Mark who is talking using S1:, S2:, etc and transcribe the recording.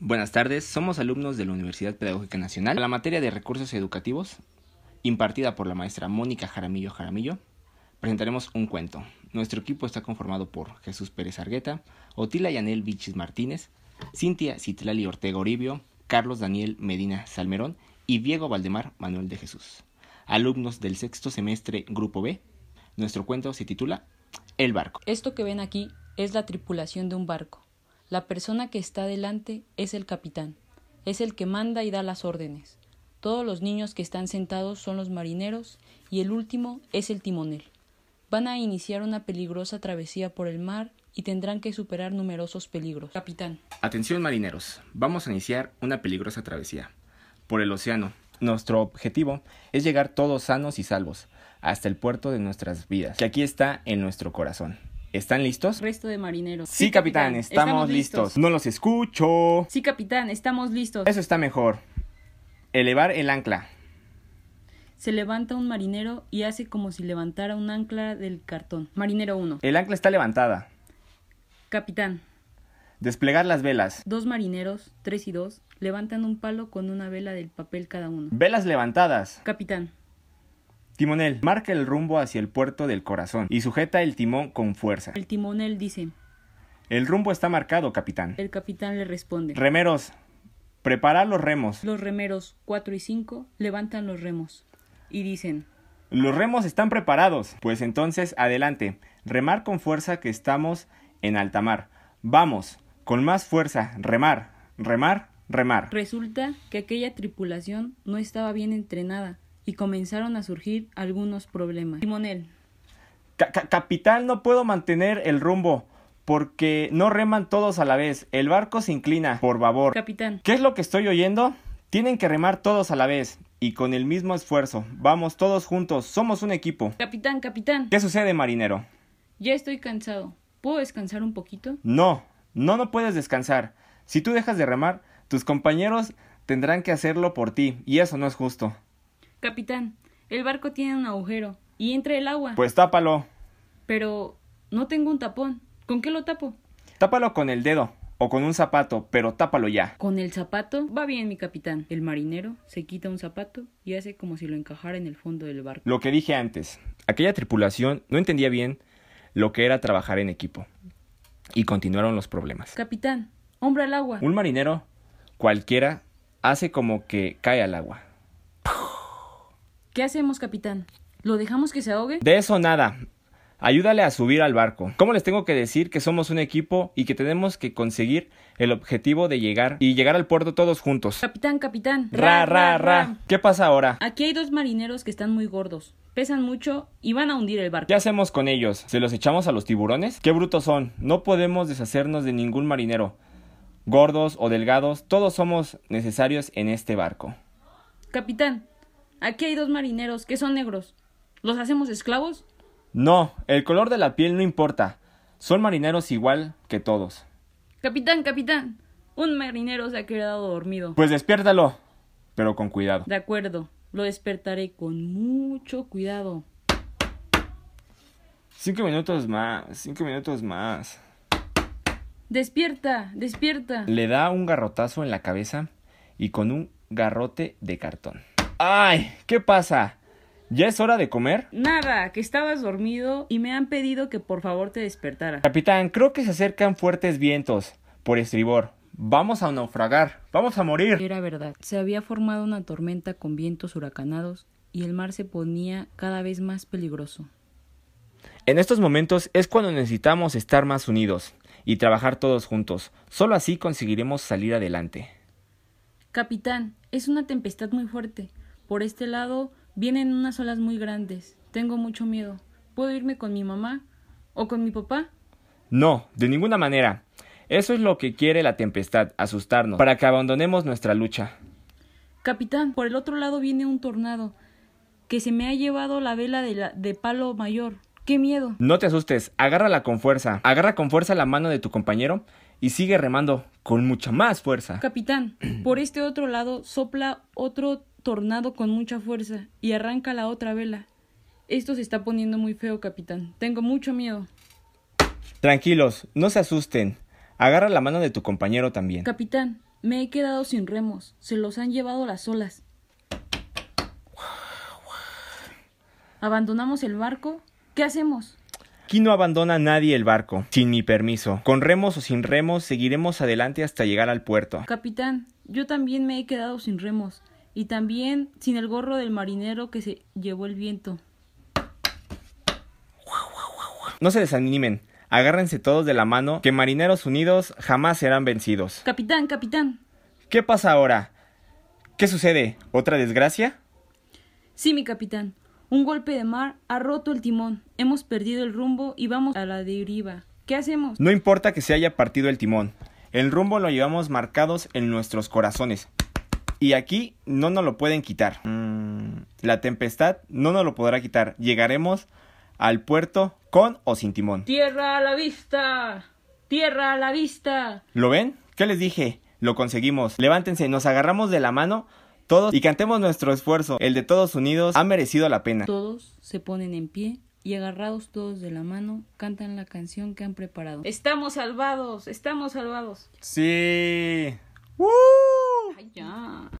S1: Buenas tardes, somos alumnos de la Universidad Pedagógica Nacional. La materia de recursos educativos, impartida por la maestra Mónica Jaramillo Jaramillo, presentaremos un cuento. Nuestro equipo está conformado por Jesús Pérez Argueta, Otila Yanel Vichis Martínez, Cintia Citlali Ortega Oribio, Carlos Daniel Medina Salmerón y Diego Valdemar Manuel de Jesús. Alumnos del sexto semestre Grupo B, nuestro cuento se titula El barco.
S2: Esto que ven aquí es la tripulación de un barco. La persona que está delante es el capitán, es el que manda y da las órdenes. Todos los niños que están sentados son los marineros y el último es el timonel. Van a iniciar una peligrosa travesía por el mar y tendrán que superar numerosos peligros. Capitán.
S1: Atención marineros, vamos a iniciar una peligrosa travesía por el océano. Nuestro objetivo es llegar todos sanos y salvos hasta el puerto de nuestras vidas, que aquí está en nuestro corazón. ¿Están listos?
S2: Resto de marineros.
S1: Sí, capitán, estamos, listos. No los escucho.
S2: Sí, capitán, estamos listos.
S1: Eso está mejor. Elevar el ancla.
S2: Se levanta un marinero y hace como si levantara un ancla del cartón. Marinero 1.
S1: El ancla está levantada.
S2: Capitán.
S1: Desplegar las velas.
S2: Dos marineros, tres y dos, levantan un palo con una vela del papel cada uno.
S1: Velas levantadas.
S2: Capitán.
S1: Timonel, marca el rumbo hacia el puerto del corazón y sujeta el timón con fuerza.
S2: El timonel dice.
S1: El rumbo está marcado, capitán.
S2: El capitán le responde.
S1: Remeros, preparad los remos.
S2: Los remeros 4 y 5 levantan los remos y dicen.
S1: Los remos están preparados. Pues entonces, adelante. Remar con fuerza que estamos en alta mar. Vamos, con más fuerza, remar, remar, remar.
S2: Resulta que aquella tripulación no estaba bien entrenada y comenzaron a surgir algunos problemas. Timonel.
S1: Ca- ca- capitán, no puedo mantener el rumbo porque no reman todos a la vez. El barco se inclina, por favor.
S2: Capitán.
S1: ¿Qué es lo que estoy oyendo? Tienen que remar todos a la vez y con el mismo esfuerzo. Vamos todos juntos, somos un equipo.
S2: Capitán, capitán.
S1: ¿Qué sucede, marinero?
S2: Ya estoy cansado. ¿Puedo descansar un poquito?
S1: No, no, no puedes descansar. Si tú dejas de remar, tus compañeros tendrán que hacerlo por ti y eso no es justo.
S2: Capitán, el barco tiene un agujero y entra el agua.
S1: Pues tápalo.
S2: Pero no tengo un tapón. ¿Con qué lo tapo?
S1: Tápalo con el dedo o con un zapato, pero tápalo ya.
S2: Con el zapato va bien, mi capitán. El marinero se quita un zapato y hace como si lo encajara en el fondo del barco.
S1: Lo que dije antes, aquella tripulación no entendía bien lo que era trabajar en equipo. Y continuaron los problemas.
S2: Capitán, hombre al agua.
S1: Un marinero cualquiera hace como que cae al agua.
S2: ¿Qué hacemos, capitán? ¿Lo dejamos que se ahogue?
S1: De eso nada. Ayúdale a subir al barco. ¿Cómo les tengo que decir que somos un equipo y que tenemos que conseguir el objetivo de llegar y llegar al puerto todos juntos?
S2: Capitán, capitán.
S1: Ra, ra, ra. ¿Qué pasa ahora?
S2: Aquí hay dos marineros que están muy gordos, pesan mucho y van a hundir el barco.
S1: ¿Qué hacemos con ellos? ¿Se los echamos a los tiburones? ¡Qué brutos son! No podemos deshacernos de ningún marinero. Gordos o delgados, todos somos necesarios en este barco.
S2: Capitán, aquí hay dos marineros que son negros. ¿Los hacemos esclavos?
S1: No, el color de la piel no importa. Son marineros igual que todos.
S2: Capitán, capitán. Un marinero se ha quedado dormido.
S1: Pues despiértalo, pero con cuidado.
S2: De acuerdo, lo despertaré con mucho cuidado.
S1: Cinco minutos más, cinco minutos más.
S2: Despierta, despierta.
S1: Le da un garrotazo en la cabeza y con un garrote de cartón. ¡Ay! ¿Qué pasa? ¿Ya es hora de comer?
S2: Nada, que estabas dormido y me han pedido que por favor te despertara.
S1: Capitán, creo que se acercan fuertes vientos por estribor. Vamos a naufragar. Vamos a morir.
S2: Era verdad. Se había formado una tormenta con vientos huracanados y el mar se ponía cada vez más peligroso.
S1: En estos momentos es cuando necesitamos estar más unidos y trabajar todos juntos. Solo así conseguiremos salir adelante.
S2: Capitán, es una tempestad muy fuerte. Por este lado vienen unas olas muy grandes. Tengo mucho miedo. ¿Puedo irme con mi mamá? ¿O con mi papá?
S1: No, de ninguna manera. Eso es lo que quiere la tempestad, asustarnos, para que abandonemos nuestra lucha.
S2: Capitán, por el otro lado viene un tornado que se me ha llevado la vela de, la- de palo mayor. ¡Qué miedo!
S1: No te asustes, agárrala con fuerza. Agarra con fuerza la mano de tu compañero y sigue remando con mucha más fuerza.
S2: Capitán, por este otro lado sopla otro tornado con mucha fuerza y arranca la otra vela. Esto se está poniendo muy feo, capitán. Tengo mucho miedo.
S1: Tranquilos, no se asusten. Agarra la mano de tu compañero también.
S2: Capitán, Me he quedado sin remos, se los han llevado las olas. Abandonamos el barco. ¿Qué hacemos?
S1: Aquí no abandona nadie el barco, sin mi permiso. Con remos o sin remos, seguiremos adelante hasta llegar al puerto.
S2: Capitán, yo también me he quedado sin remos y también sin el gorro del marinero que se llevó el viento.
S1: No se desanimen, agárrense todos de la mano, que marineros unidos jamás serán vencidos.
S2: Capitán, capitán.
S1: ¿Qué pasa ahora? ¿Qué sucede? ¿Otra desgracia?
S2: Sí, mi capitán. Un golpe de mar ha roto el timón. Hemos perdido el rumbo y vamos a la deriva. ¿Qué hacemos?
S1: No importa que se haya partido el timón, el rumbo lo llevamos marcados en nuestros corazones. Y aquí no nos lo pueden quitar. Mm, La tempestad no nos lo podrá quitar. Llegaremos al puerto con o sin timón.
S2: Tierra a la vista. Tierra a la vista.
S1: ¿Lo ven? ¿Qué les dije? Lo conseguimos. Levántense, nos agarramos de la mano todos y cantemos nuestro esfuerzo. El de todos unidos ha merecido la pena.
S2: Todos se ponen en pie y agarrados todos de la mano cantan la canción que han preparado. Estamos salvados, estamos salvados.
S1: Sí.
S2: Ay, ya.